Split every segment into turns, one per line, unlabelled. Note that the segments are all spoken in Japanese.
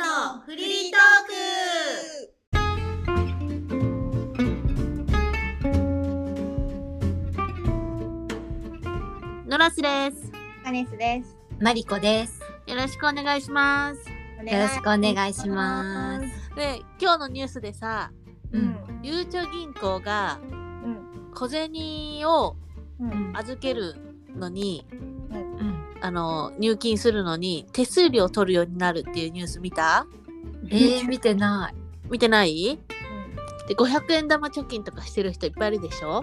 のフリートークのらしです。
カネスです。
マリコです。
よろしくお願いします。
よ。
よろしくお願いしますす。
で、今日のニュースでさ、
う
うんん。
ゆうちょ銀行が
うん。
小銭を
うん。
預けるのに、
うん、
あの、入金するのに手数料取るようになるっていうニュース見た
えー、見てない。
見てないで、500円玉貯金とかしてる人いっぱいいるでしょ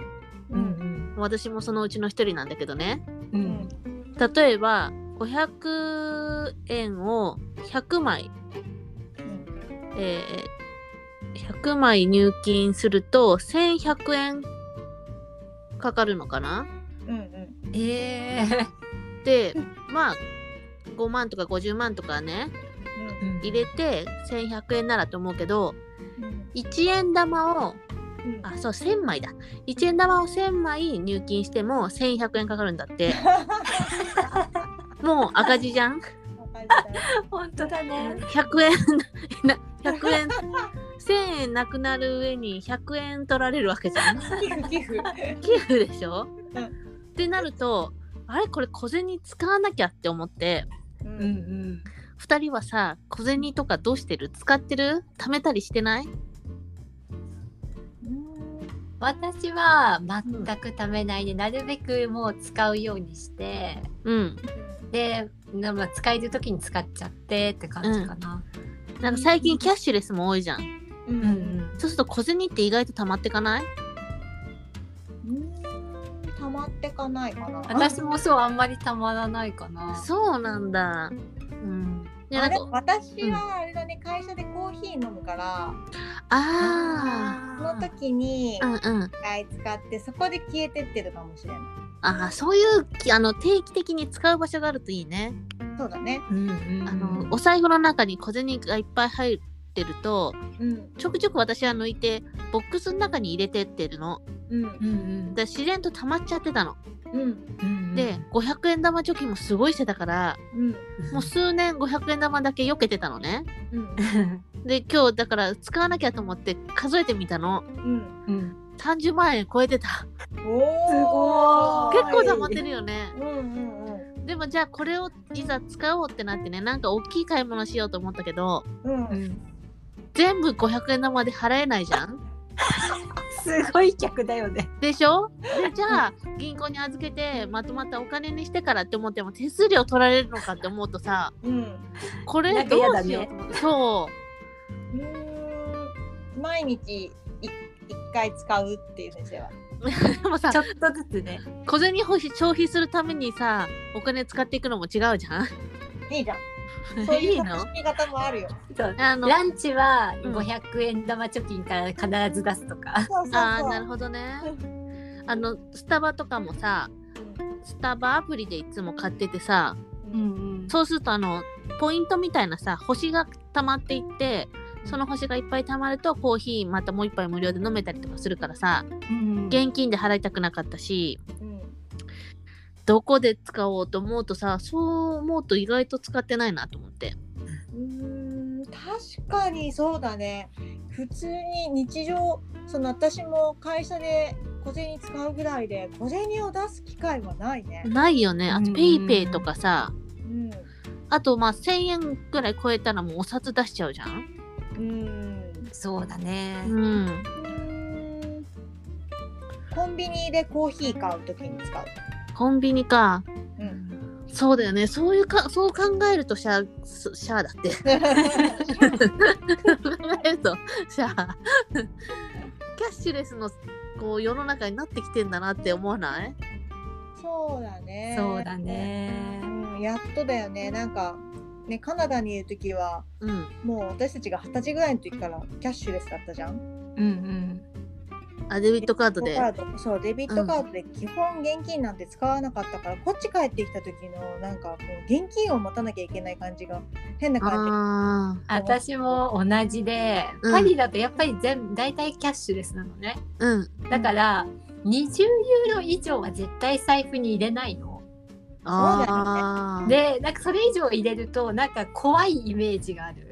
うん。
私もそのうちの一人なんだけどね。
うんう
うんん。
例えば、500円を100枚えー100枚入金すると1100円かかるのかな
うん。
えー、
でまあ5万とか50万とかね入れて1100円ならと思うけど1円玉を
うん。
あそう1000枚だ1円玉を1000枚入金しても1100円かかるんだって もう赤字じゃん
本当だね。
100円な100円1000円なくなる上に100円取られるわけじ ゃん
寄付寄付。
寄付でしょ、
うん
ってなるとあれこれ小銭使わなきゃって思って
う。
うんん
2人はさ小銭とかどうしてる使ってる貯めたりしてない
うん。私は全く貯めないで、なるべくもう使うようにして、
うん
で、なまあ使える時に使っちゃってって感じかな。
なんか最近キャッシュレスも多いじゃん
う。
うん
そうすると小銭って意外と溜まってかない
溜まってかないかな。
私もそうあんまりたまらないかな。
そうなんだ
うん。
いやなんか
私はあれだね、会社でコーヒー飲むから、
あ
その時に
あーうんうん
一回使って、そこで消えてってるかもしれな
あーそういうきあの定期的に使う場所があるといいね
い。そうだね。
うんうんうん
あのお財布の中に小銭がいっぱい入ってると
うん。
ちょくちょく私は抜いてボックスの中に入れてってるの
うん
う。ん
で自然と溜まっちゃってたの。
うん。
うん。
で、500円玉貯金もすごいしてたから
うん。
もう数年500円玉だけ避けてたのね。
うん。
で今日だから使わなきゃと思って数えてみたの。
うん。
うん。
30万円超えてた。
お
結構溜まってるよね。
うんうんうん
でもじゃあこれをいざ使おうってなってねなんか大きい買い物しようと思ったけど
うん
う。ん。
全部500円玉で払えないじゃん
すごい客だよね。
でしょでじゃあ銀行に預けてまとまったお金にしてからって思っても手数料取られるのかって思うとさ
うん。
これ
なんか
どう
嫌だ
しよう
ね
と思って、そう
ーん毎日い一回使うっていう先生は。
うでもさ
ちょっとずつね。
小銭欲し消費するためにさお金使っていくのも違うじゃん
いいじゃん。 そうい
いうい
楽
の
しみ方もあるよ。
そう
あの
ランチは
うん
500円玉貯金から必ず出すとか。
そうそうそう。
あーなるほどねあのスタバとかもさスタバアプリでいつも買っててさ
うん。
ん
そうするとあのポイントみたいなさ星が溜まっていってその星がいっぱい溜まるとコーヒーまたもう一杯無料で飲めたりとかするからさ
うん
現金で払いたくなかったし
うん
どこで使おうと思うとさそう思うと意外と使ってないなと思って
うーん確かにそうだね。普通に日常その私も会社で小銭使うぐらいで小銭を出す機会はないね。
ないよねあ
うんう
と
ん
ペイペイとかさ、
うん。
あとまあ1000円ぐらい超えたらもうお札出しちゃうじゃん。
うん。
そうだね。
ん。
うんコンビニでコーヒー買うときに使う。
コンビニか。
うん。
そうだよね。そういうか、そう考えるとシャー、すシャーだって。 考えるとシャー。キャッシュレスのこう世の中になってきてんだなって思わない
そうだね。
そうだ。ね。
うん、やっとだよね。なんかねカナダにいる時は
うん。
もう私たちが二十歳ぐらいの時からキャッシュレスだったじゃん。
うん
あ、デビットカードで。
デビットカードそうデビットカードで基本現金なんて使わなかったから、こっち帰ってきた時のなんかもう現金を持たなきゃいけない感じが変な感じ。
ああ。
私も同じで、
うん
パリだとやっぱり全部大体キャッシュレスなのね。
うん。
だから20ユーロ以上は絶対財布に入れないの。
あー
でなんかそれ以上入れるとなんか怖いイメージがある。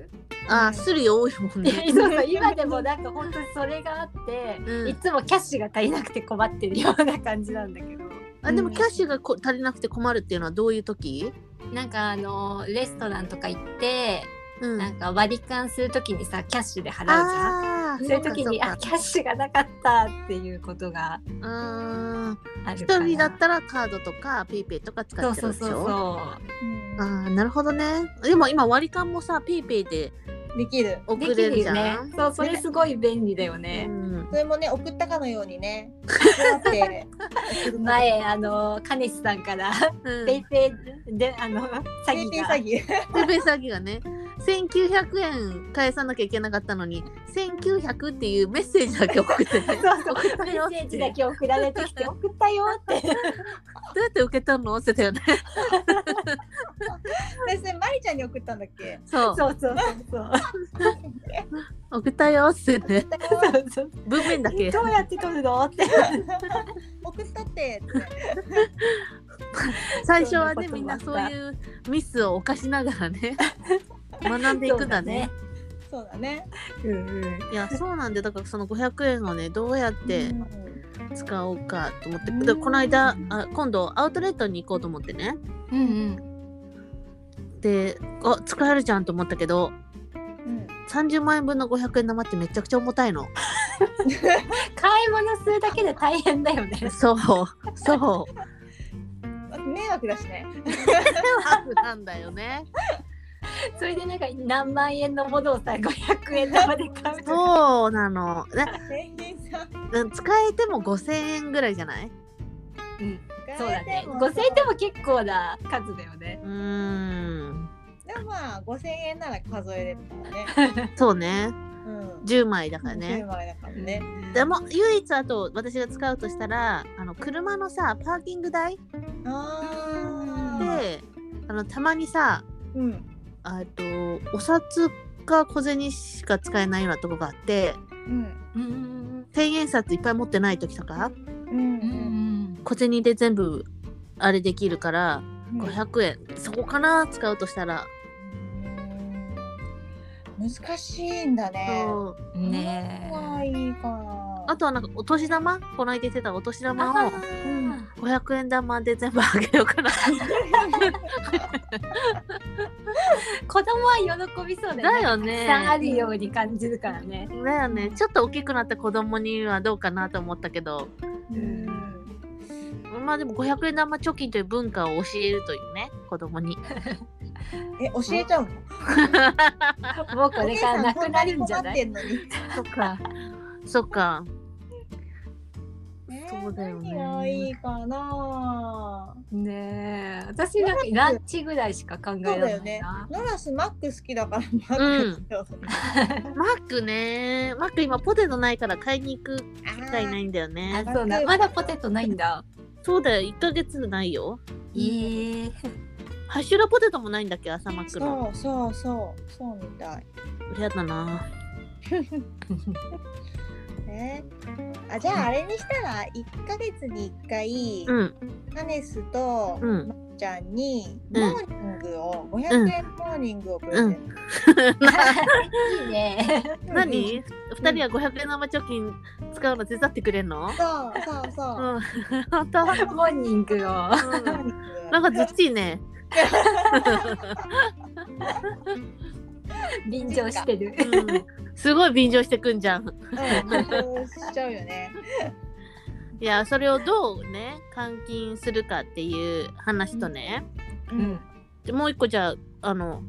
あー、種類多いもん
で
ね。
そうそう今でもなんか本当にそれがあって、
うん
いつもキャッシュが足りなくて困ってるような感じなんだけど。
あでもキャッシュがこ足りなくて困るっていうのはどういう時
なんかあのレストランとか行って、
うん。
なんか割り勘するときにさキャッシュで払うじゃん。
ああ、
そういう時に
そ
あ
うか
キャッシュがなかったっていうことが
そうかあ
ある
ー
から
一人だったらカードとかペイペイとか使
そう
って
そ
る
う
でしょ
そうそ
あーなるほどね。でも今割り勘もさペイペイで
うん、できる
う
送
でき
れる
る
じ
よね
ゃん。
そうそれすごい便利だよね
う、ん
それもね送ったかのように ね送って送る
前あの金氏さんから
うん
ペイペイであの詐
ペイ
欺
ペイ
が
詐欺
ペイペイ詐欺がね1900円返さなきゃいけなかったのに1900っていうメッセージだけ送ってね
そうそう
送った
メ
よっ
ッ
て
セージだけ送られてきて送ったよって
どうやって受けたのって言ってたよね
私ねマリちゃんに送ったんだっ け
そう
そうそうそう
送ったよってね
そうそう
文面だけ
どうやって取るのって
送ったって
最初はね
そ
み
ん
ん
な
な
こと
そ
もあ
う
った
いうミスを犯しながら ね学んでいくんだね
そうだね
うんうん
いやそうなんでだからその500円をねどうやって
うん
使おうかと思って、
うん
でこの間あ今度アウトレットに行こうと思ってね
うん
であ使えるじゃんと思ったけど
うん
30万円分の500円玉ってめちゃくちゃ重たいの。
買い物するだけで大変だよね
そうそう
迷惑だしね
なんだよね。
それでなんか何万円のものをさ500円玉で買うとか
そうなの。ね
店員さん
うん使えても5000円ぐらいじゃない
そうだね。
五
五
千
千円でも結構な数だよね。
うーん
でもまあ五千円なら数えれるからね。
そうね
うん。
10枚だから
10
ね。
枚だからね。
でも唯一あと私が使うとしたらあの車のさパーキング代
ああ。
であのたまにさ
うん。
あとお札か小銭しか使えないようなとこがあって
うん。
うーん。
1,000円札いっぱい持ってない時とか
うん。うん。
小銭で全部あれできるから
うん
500円そこかな使うとしたら、
難しいんだね。
そう
うんねえ。
はいいかな。
あとはなんかお年玉この間言ってたお年玉
あ
を500円玉で全部あげようかな
ー子供は喜びそうだよね。
だよね
たくさんあるように感じるからね。
だよねちょっと大きくなった子供にはどうかなと思ったけど
うん。
まあでも500円玉貯金という文化を教えるというね子供に
え教えちゃうの？
もうこれからなくなるんじゃない？
お姉さんこんなに困ってんのに。
そっか そっか
ねえ
そうだよね
何がいいかな。
ねえ。私なんかランチぐらいしか考えら
そうだ
れ
よ
ない
ね
な。。
ノラスマック好きだからマックだよ。
マックねマック今ポテトないから買いに行く機
あー
会ないんだよね
あ、そうだ。まだポテトないんだ。
そうだよ1ヶ月ないよ
ええ。
ハッシュドポテトもないんだっけ朝マックの
そうそうそうそうみたい。
嫌だな
ね。あじゃああれにしたら1ヶ月に1回、
うん
カネスと、
うん
まっちゃんに
うん
モーニングを、500円モーニングをプレゼント。
いいね。
何2人は500円玉貯金使うの手伝ってくれんの
そうそうそうう。
ん本当
モーニングを。
モーニ ン
なんかずっちいね
便乗してる。
うんすごい便乗してくんじゃん
グうん、しちゃうよね。
いやそれをどうね換金するかっていう話とね
う
う。ん。
でもう一個じゃああの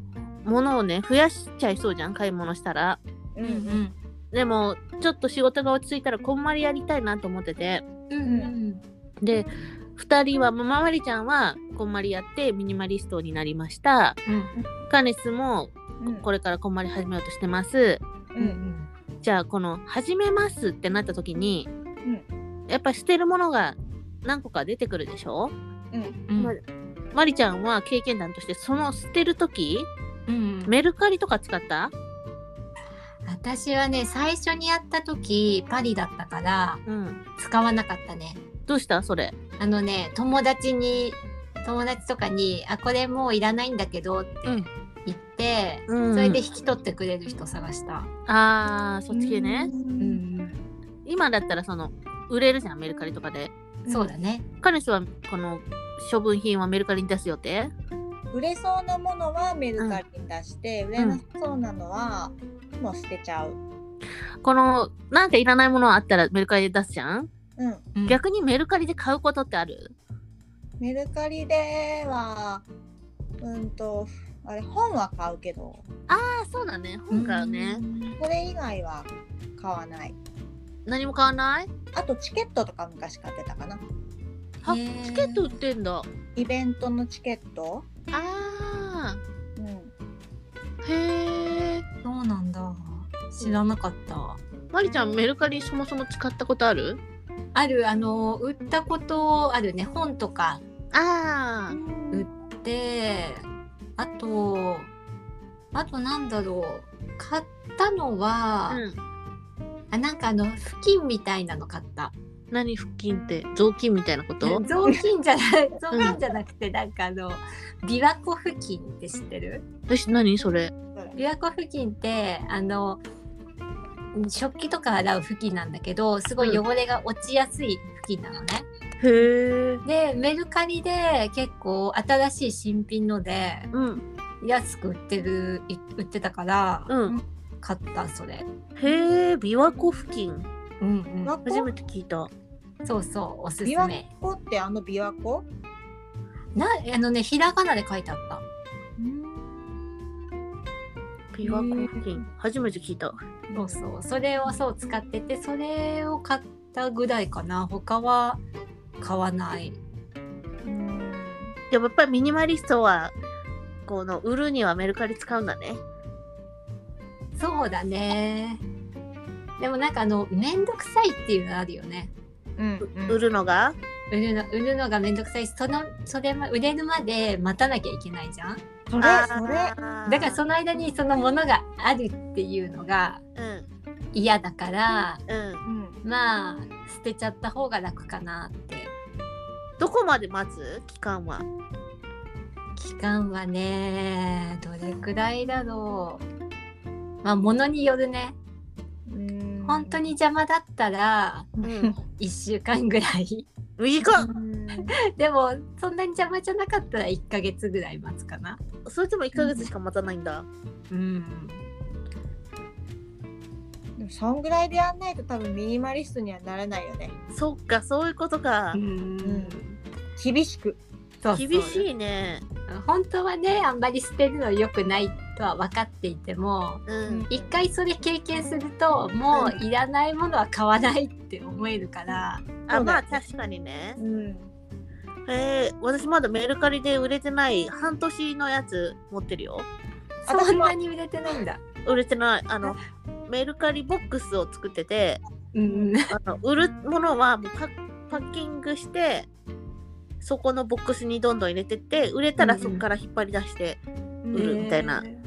物をね増やしちゃいそうじゃん買い物したら
うん
うんうん。
でもちょっと仕事が落ち着いたらこんまりやりたいなと思ってて
うんうん。
で2人はまあまわりちゃんはこんまりやってミニマリストになりました
うん
カネスも
うん
これからこんまり始めようとしてます
う
うんん。
じゃあこの「始めます」ってなった時に
う
やっぱ捨てるものが何個か出てくるでしょ
うん
うん
ままりちゃんは経験談としてその捨てる時
うん
メルカリとか使った
私はね最初にやった時パリだったから
うん
使わなかったね
どうしたそれ
あのね友達に友達とかに「あこれもういらないんだけど」って
うん
言って、
うん
それで引き取ってくれる人探した。
ああそっち系ね、
うん
今だったらその売れるじゃんメルカリとかで
そうだね。
彼氏はこの処分品はメルカリに出す予定
売れそうなものはメルカリに出して、売れなさそうなのはもう捨てちゃう。
このなんかいらないものあったらメルカリで出すじゃん
うん、
うん
逆にメルカリで買うことってある
メルカリではうんとあれ本は買うけど
ああそうだね本からね、
これ以外は買わない。
何も買わない
あとチケットとか昔買ってたかな。
あ
へー
チケット売ってんだ
イベントのチケット。
あ
うん。
ーへえ
そうなんだ。知らなかった。
まりちゃんメルカリそもそも使ったことある
あるあの売ったことあるね本とか
あー
であとあとなんだろう買ったのは、
うん
あなんかあの布巾みたいなの買った
何腹筋って雑巾みたいなこと
雑巾じゃない雑巾じゃなくてなんかあの琵琶湖付近って知ってる
えし何それ
琵琶湖付近ってあの食器とか洗う布巾なんだけどすごい汚れが落ちやすい布巾なのね、
へえ
でメルカリで結構新しい新品ので
うん
安く売ってるい売ってたから、
うん
買ったそれ、
へえ琵琶湖付近
うん
琵琶
初
湖
めて聞いた
そうそうおすす
琵琶
め
湖ってあの琵琶湖？
なあのねひらがなで書いてあった
琵琶湖付近初めて聞いた
そうそうそれをそう使っててそれを買ったぐらいかな他は買わない
うん。
でもやっぱりミニマリストはこの売るにはメルカリ使うんだね
そうだねでもなんかあのめんどくさいっていうのあるよね
うん
売るのが
売るの売るのがめんどくさいしそのそれま売れるまで待たなきゃいけないじゃん
それそれ。
だからその間にそのものがあるっていうのが
うん
嫌だから
うん
うん。
まあ捨てちゃった方が楽かなって
どこまで待つ期間は
期間はねどれくらいだろうまあ物によるね
うん
本当に。邪魔だったら
うん
1週間ぐらい
短っ
うん
でもそんなに邪魔じゃなかったら1ヶ月ぐらい待つかな
それでも1ヶ月しか待たないんだ
うん
でもそんぐらいでやんないと多分ミニマリストにはならないよね。
そっかそういうことか
うん
厳しく。
そうそう
厳しいね
本当はねあんまり捨てるの良くないとは分かっていても
うん
一回それ経験するともういらないものは買わないって思えるから
あ
そう
まあ
だよね
確かにね
うん。
えー、私まだメルカリで売れてない半年のやつ持ってるよ
私も
そんなに売れてないんだ。
売れてないあのメルカリボックスを作ってて
うん、
あの売るものはもうパパッキングしてそこのボックスにどんどん入れてって売れたらそこから引っ張り出して売るみたいな、
えー。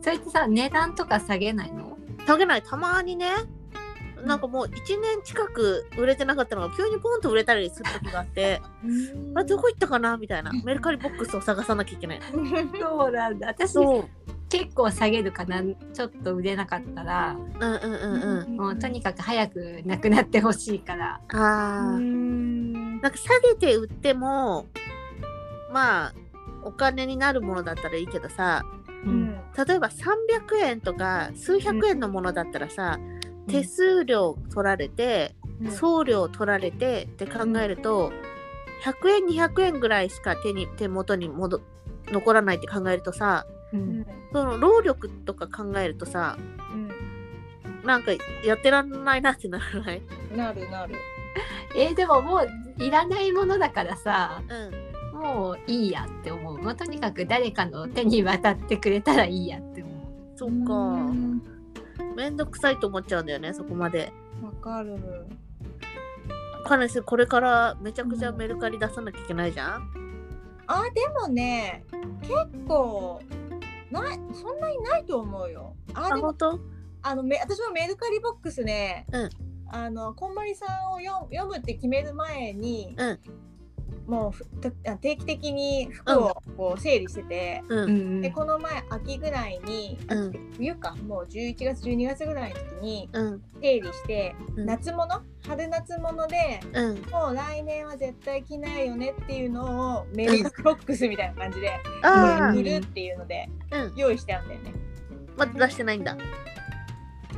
それってさ値段とか下げないの
下げないたまにねなんかもう1年近く売れてなかったのが急にポンと売れたりする時があってあれどこ行ったかなみたいなメルカリボックスを探さなきゃいけない
そうなんだ私
そう
結構下げるかなちょっと売れなかった
う
ら
んうんうんうん
もうとにかく早くなくなってほしいから
あー
うん
なんか下げて売ってもまあお金になるものだったらいいけどさ
う
うん
例えば300円とか数百円のものだったらさ、手
手
数料取られて、送料取られてって考えると、100円200円ぐらいしか手に手元に戻残らないって考えるとさ
う
うんん
その労力とか考えるとさなんかやってらんないなってならない、
うんなるなる。
えーでももういらないものだからさ
うん、
もういいやって思うもうとにかく誰かの手に渡ってくれたらいいやって思う
そっかめんどくさいと思っちゃうんだよねそこまで。
わかる。
彼氏これからめちゃくちゃメルカリ出さなきゃいけないじゃん、
あでもね結構ないそんなにないと思うよ。あ
あ
でも
本当
あのめ私もメルカリボックスね、
うん
あのこんまりさんを読む読むって決める前に、
うん
もうふとあ定期的に服をこう整理してて、
う
うんん
でこの前秋ぐらいに
うん
冬かもう11月12月ぐらいの時に
うん
整理して、
うん
夏物春夏物で
うん
もう来年は絶対着ないよねっていうのをメリークロックスみたいな感じで
ああ
うん
売るっていうので
うん
用意してあるんだよね。
まだ出してないんだ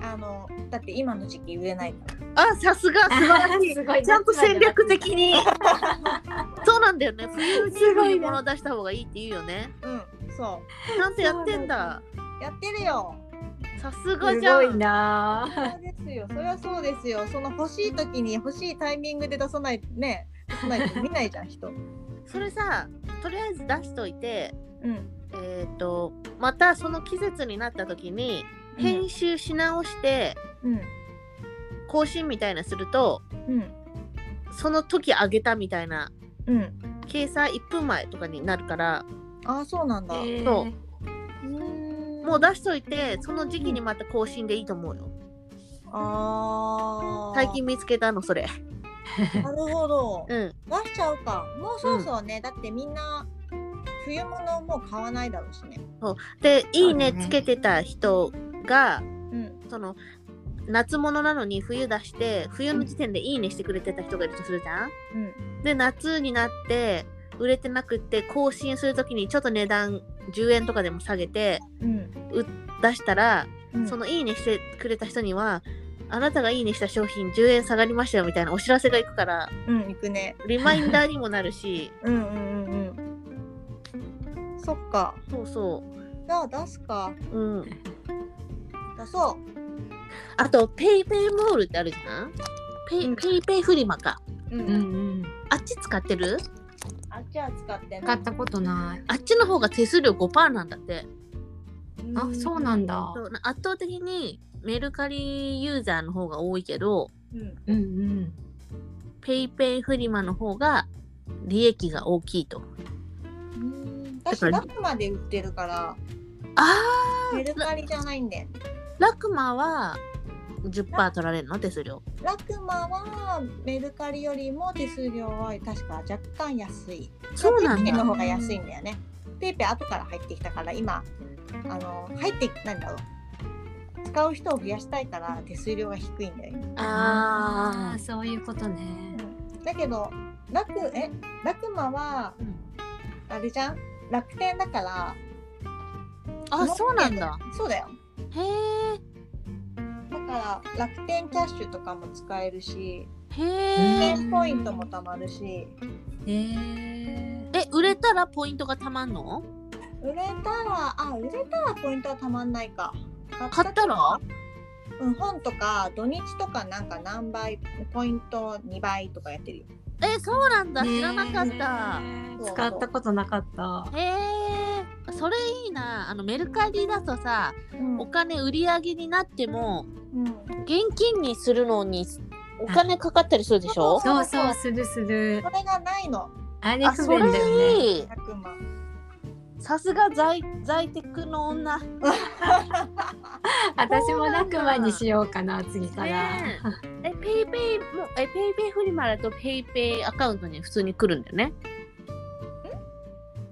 あのだって今の時期売れないから。
あさすが素晴らしい
すごい
ちゃんと戦略的 にそうなんだよね冬に
すごいな
冬物出した方がいいって言うよね
うん、そ
ちゃんとやってんだ
う。やってるよ。
さすが
す
じゃ
ごい
ん
な
そ
あ
うですよ。そりゃそうですよ。その欲しい時に欲しいタイミングで出さないね。出さないと見ないじゃん 人。う
それさとりあえず出しといて
ん。
えっ、とまたその季節になった時に編集し直して
うん。
更新みたいなすると
うん。
その時あげたみたいな
うん。
掲載1分前とかになるから
ああ、そうなんだ。
そうもう出しといてその時期にまた更新でいいと思うよ
ああ。
最。近見つけたのそれ
なるほど。
うん
出しちゃうか。もうそろそろね、だってみんな。冬物もう買わないだろうしね。
で「いい
そうだ
ね」
ね
つけてた人が
うん。
その夏物なのに冬出して冬の時点で「いいね」してくれてた人がいるとするじゃん
うん。
で夏になって売れてなくって更新する時にちょっと値段10円とかでも下げて
うん。
出したら、
うん、
その「いいね」してくれた人には「あなたがいいねした商品10円下がりましたよ」みたいなお知らせがいくから
うん、行くね。
リマインダーにもなるし
うんうんうんうん。そっか。
そうそ
じゃあ出すか。
ううん
出そう。
あとペイペイモールってあるじゃんペイ,、
うん
ペイペイフリマか
うん
うんうん
あっち使ってる
あっちは使って
使ったことない
あっちの方が手数料5%なんだって
あそうなんだ
そうな圧倒的にメルカリユーザーの方が多いけど
うん
うんうん
ペイペイフリマの方が利益が大きいと
うん
だ
私
から
ラクマで売ってるから
あ
メルカリじゃないんで
ラクマは10%取られるの手数料
ラクマはメルカリよりも手数料は確か若干安い
そうなん
ペイペイの
だ
方が安いんだよねペイペイ後から入ってきたから今あの入ってなんだろう使う人を増やしたいから手数料が低いんだよ今
あ
あーそういうことね
だけどラクえラクマはあれじゃん楽天だから
あそうなんだ
そうだよ
へえ
だから楽天キャッシュとかも使えるし、
へえ
楽
うん
天ポイントも貯まるし、
へえ
え売れたらポイントがたまんの
売れたら、あ、売れたらポイントは貯まんないか。
買ったら
うん、本とか土日とかなんか何倍、ポイント2倍とかやってるよ。
えそうなんだ知らなかった
ねえ使ったことなかった
へえそれいいなあのメルカリだとさ
うん
お金売り上げになっても
うん
現金にするのにお金かかったりするでしょ
そ
そうう
そ
そううするする
それがないの、
あれ
あ
不
そ
便だ
れ
よね
いい
100万。
さすが在在テクの女
私も楽マにしようかな次から、
ねえペイペイもえペイペイフリマだとペイペイアカウントに普通に来るんだよね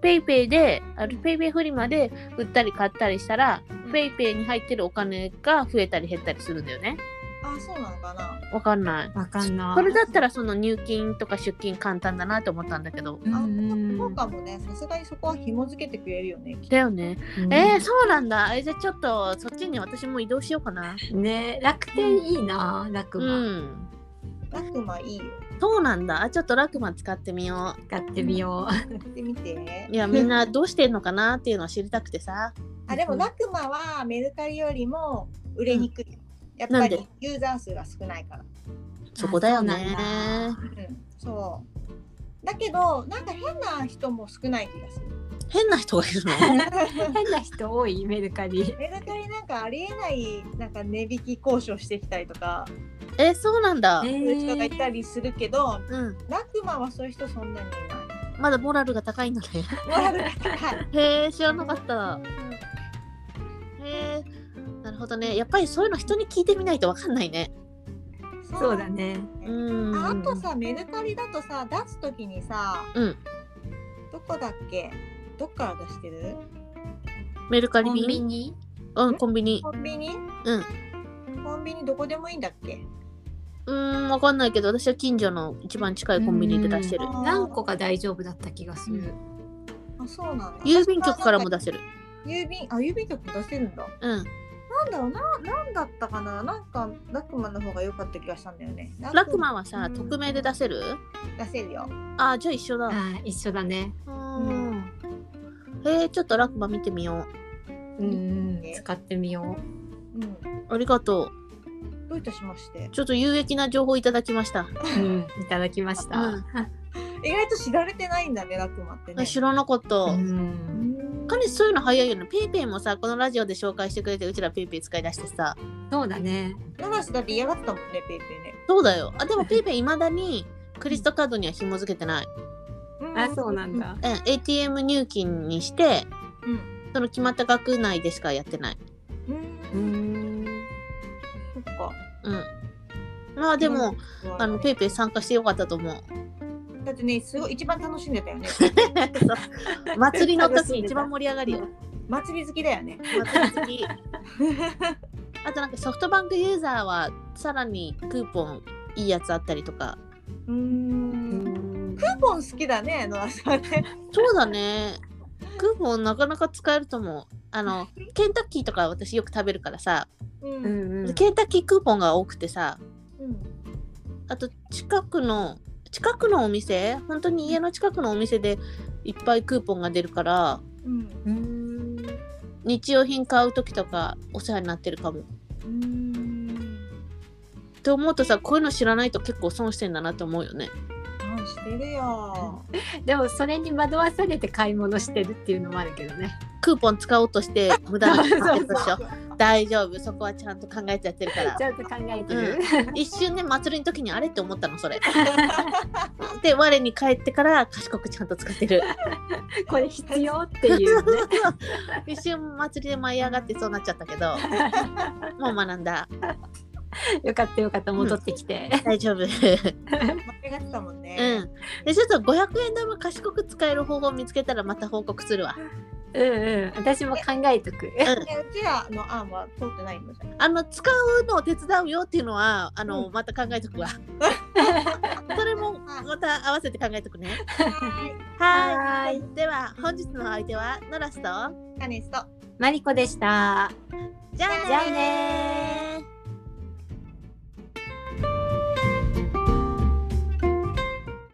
ペイペイであのペイペイフリマで売ったり買ったりしたら、ペイペイに入ってるお金が増えたり減ったりするんだよね
あ、そうなのかな。
わかんない
わかんない
それだったらその入金とか出金簡単だなと思ったんだけど
うん
あ、
うん
そうかもね。さすがにそこは紐付けてくれるよね。きっと
だよね
うん
えー、そうなんだ。えじゃあちょっとそっちに私も移動しようかな。
ね楽天いいな楽
う
マ、
ん。
ラクマいいよ。
そうなんだ。あちょっとラクマ使ってみよ
使ってみよ
やってみて
う。い。やみんなどうしてんのかなっていうのを知りたくてさ。
あでもラクマはメルカリよりも売れにくい、やっぱ
なん
りユーザー数が少ないから、
う
そこだよね
あそうなん
う
だ
ん、そうだけどなんか変な人も少ない気 がする
変な人がいるの
変な人多いメルカリ
メルカリなんかありえないなんか値引き交渉してきたりとか
えそうなんだ
え。
そういう人がいたりするけど、
うん。
ラクマはそういう人そんなにいない
まだモラルが高いんだね。
モ ラルが高い
へえ知らなかった。へえなるほどね。やっぱりそういうの人に聞いてみないとわかんないね。
そうだね。
うん
ああとさメルカリだとさ出す時にさ
うん
どこだっけどっから出してる
メルカリ
コンビ
便
ニ
うんコンビニ
コンビニ
うん
コンビニどこでもいいんだっけ
うーんわかんないけど私は近所の一番近いコンビニで出してる
うん
何個か大丈夫だった気がする。
あそうなの
郵便局からも出せる
郵便あ郵便局出せるんだ
うん
なんだろうななんだったかななんかラクマの方が良かった気がしたんだよね
ラクマはさ
うん
匿名で出せる
出せるよ
あーじゃあ一緒だ
あー一緒だね。
うんえー、ちょっとラクマ見てみよ
うんうん
ね
使ってみよ
うん
うありがとう
どういたしまして
ちょっと有益な情報いただきました
う。うんいただきました。
うん
意外と知られてないんだねラクマってね
知らなかった、
うん
カネそういうの早いよね。ペイペイもさ、このラジオで紹介してくれて、うちらペイペイ使い出してさ。
そうだね。
ナナシだって嫌がってたもんねペイペイね
そうだよ。あ、でもペイペイ未だにクレジットカードには紐付けてない。
あ、そうなんだ。
うん、ATM 入金にして、
うん
その決まった額内でしかやってない。
うん
うん。
そっか
うん。まあでも、あの、ペ
イ
イペイ参加してよかったと思う。
だってねすごい一番楽しんでたよ ね
祭りの時一番盛り上がるよ。
祭り好きだよね
祭 り好き。あとなんかソフトバンクユーザーは、さらにクーポンいいやつあったりとか。
うーんクーポン好きだねノラさんね
そうだね。クーポンなかなか使えると思う。あ の、ケンタッキーとか私よく食べるからさ、
う
うんんうん。
ケンタッキークーポンが多くてさ、
うん
あと近くの、近くのお店、本当に家の近くのお店でいっぱいクーポンが出るから、
うん
うん
日用品買う時とかお世話になってるかも。っ
うん
て思うとさ、こういうの知らないと結構損してんだなと思うよね。
何してるよ
でもそれに惑わされて買い物してるっていうのもあるけどね。
クーポン使おうとして 無駄なことやってるでし
そ
ょ
う。
大丈夫、そこはちゃんと考えてやってる から
ち。ゃんと考えてる。
一瞬ね祭りの時にあれって思ったの それで我に返ってから賢くちゃんと使ってる
これ必要っていうね。
一瞬祭りで舞い上がってそうなっちゃったけ どもう学んだ
よかったよかった戻ってきて。
大丈 夫うん
間違ってたもんね
でちょっと500円玉賢く使える方法を見つけたらまた報告するわ
うんうん。私も考えとく。
でうちらの案は通ってないのじゃん
あの使うのを手伝うよっていうのはあの、また考えと くわそれもまた合わせて考えとくねは
は
ー
ー
いでは本日のお相手はノラスと
カネスト
マリコでした。
じゃあね
じゃあねー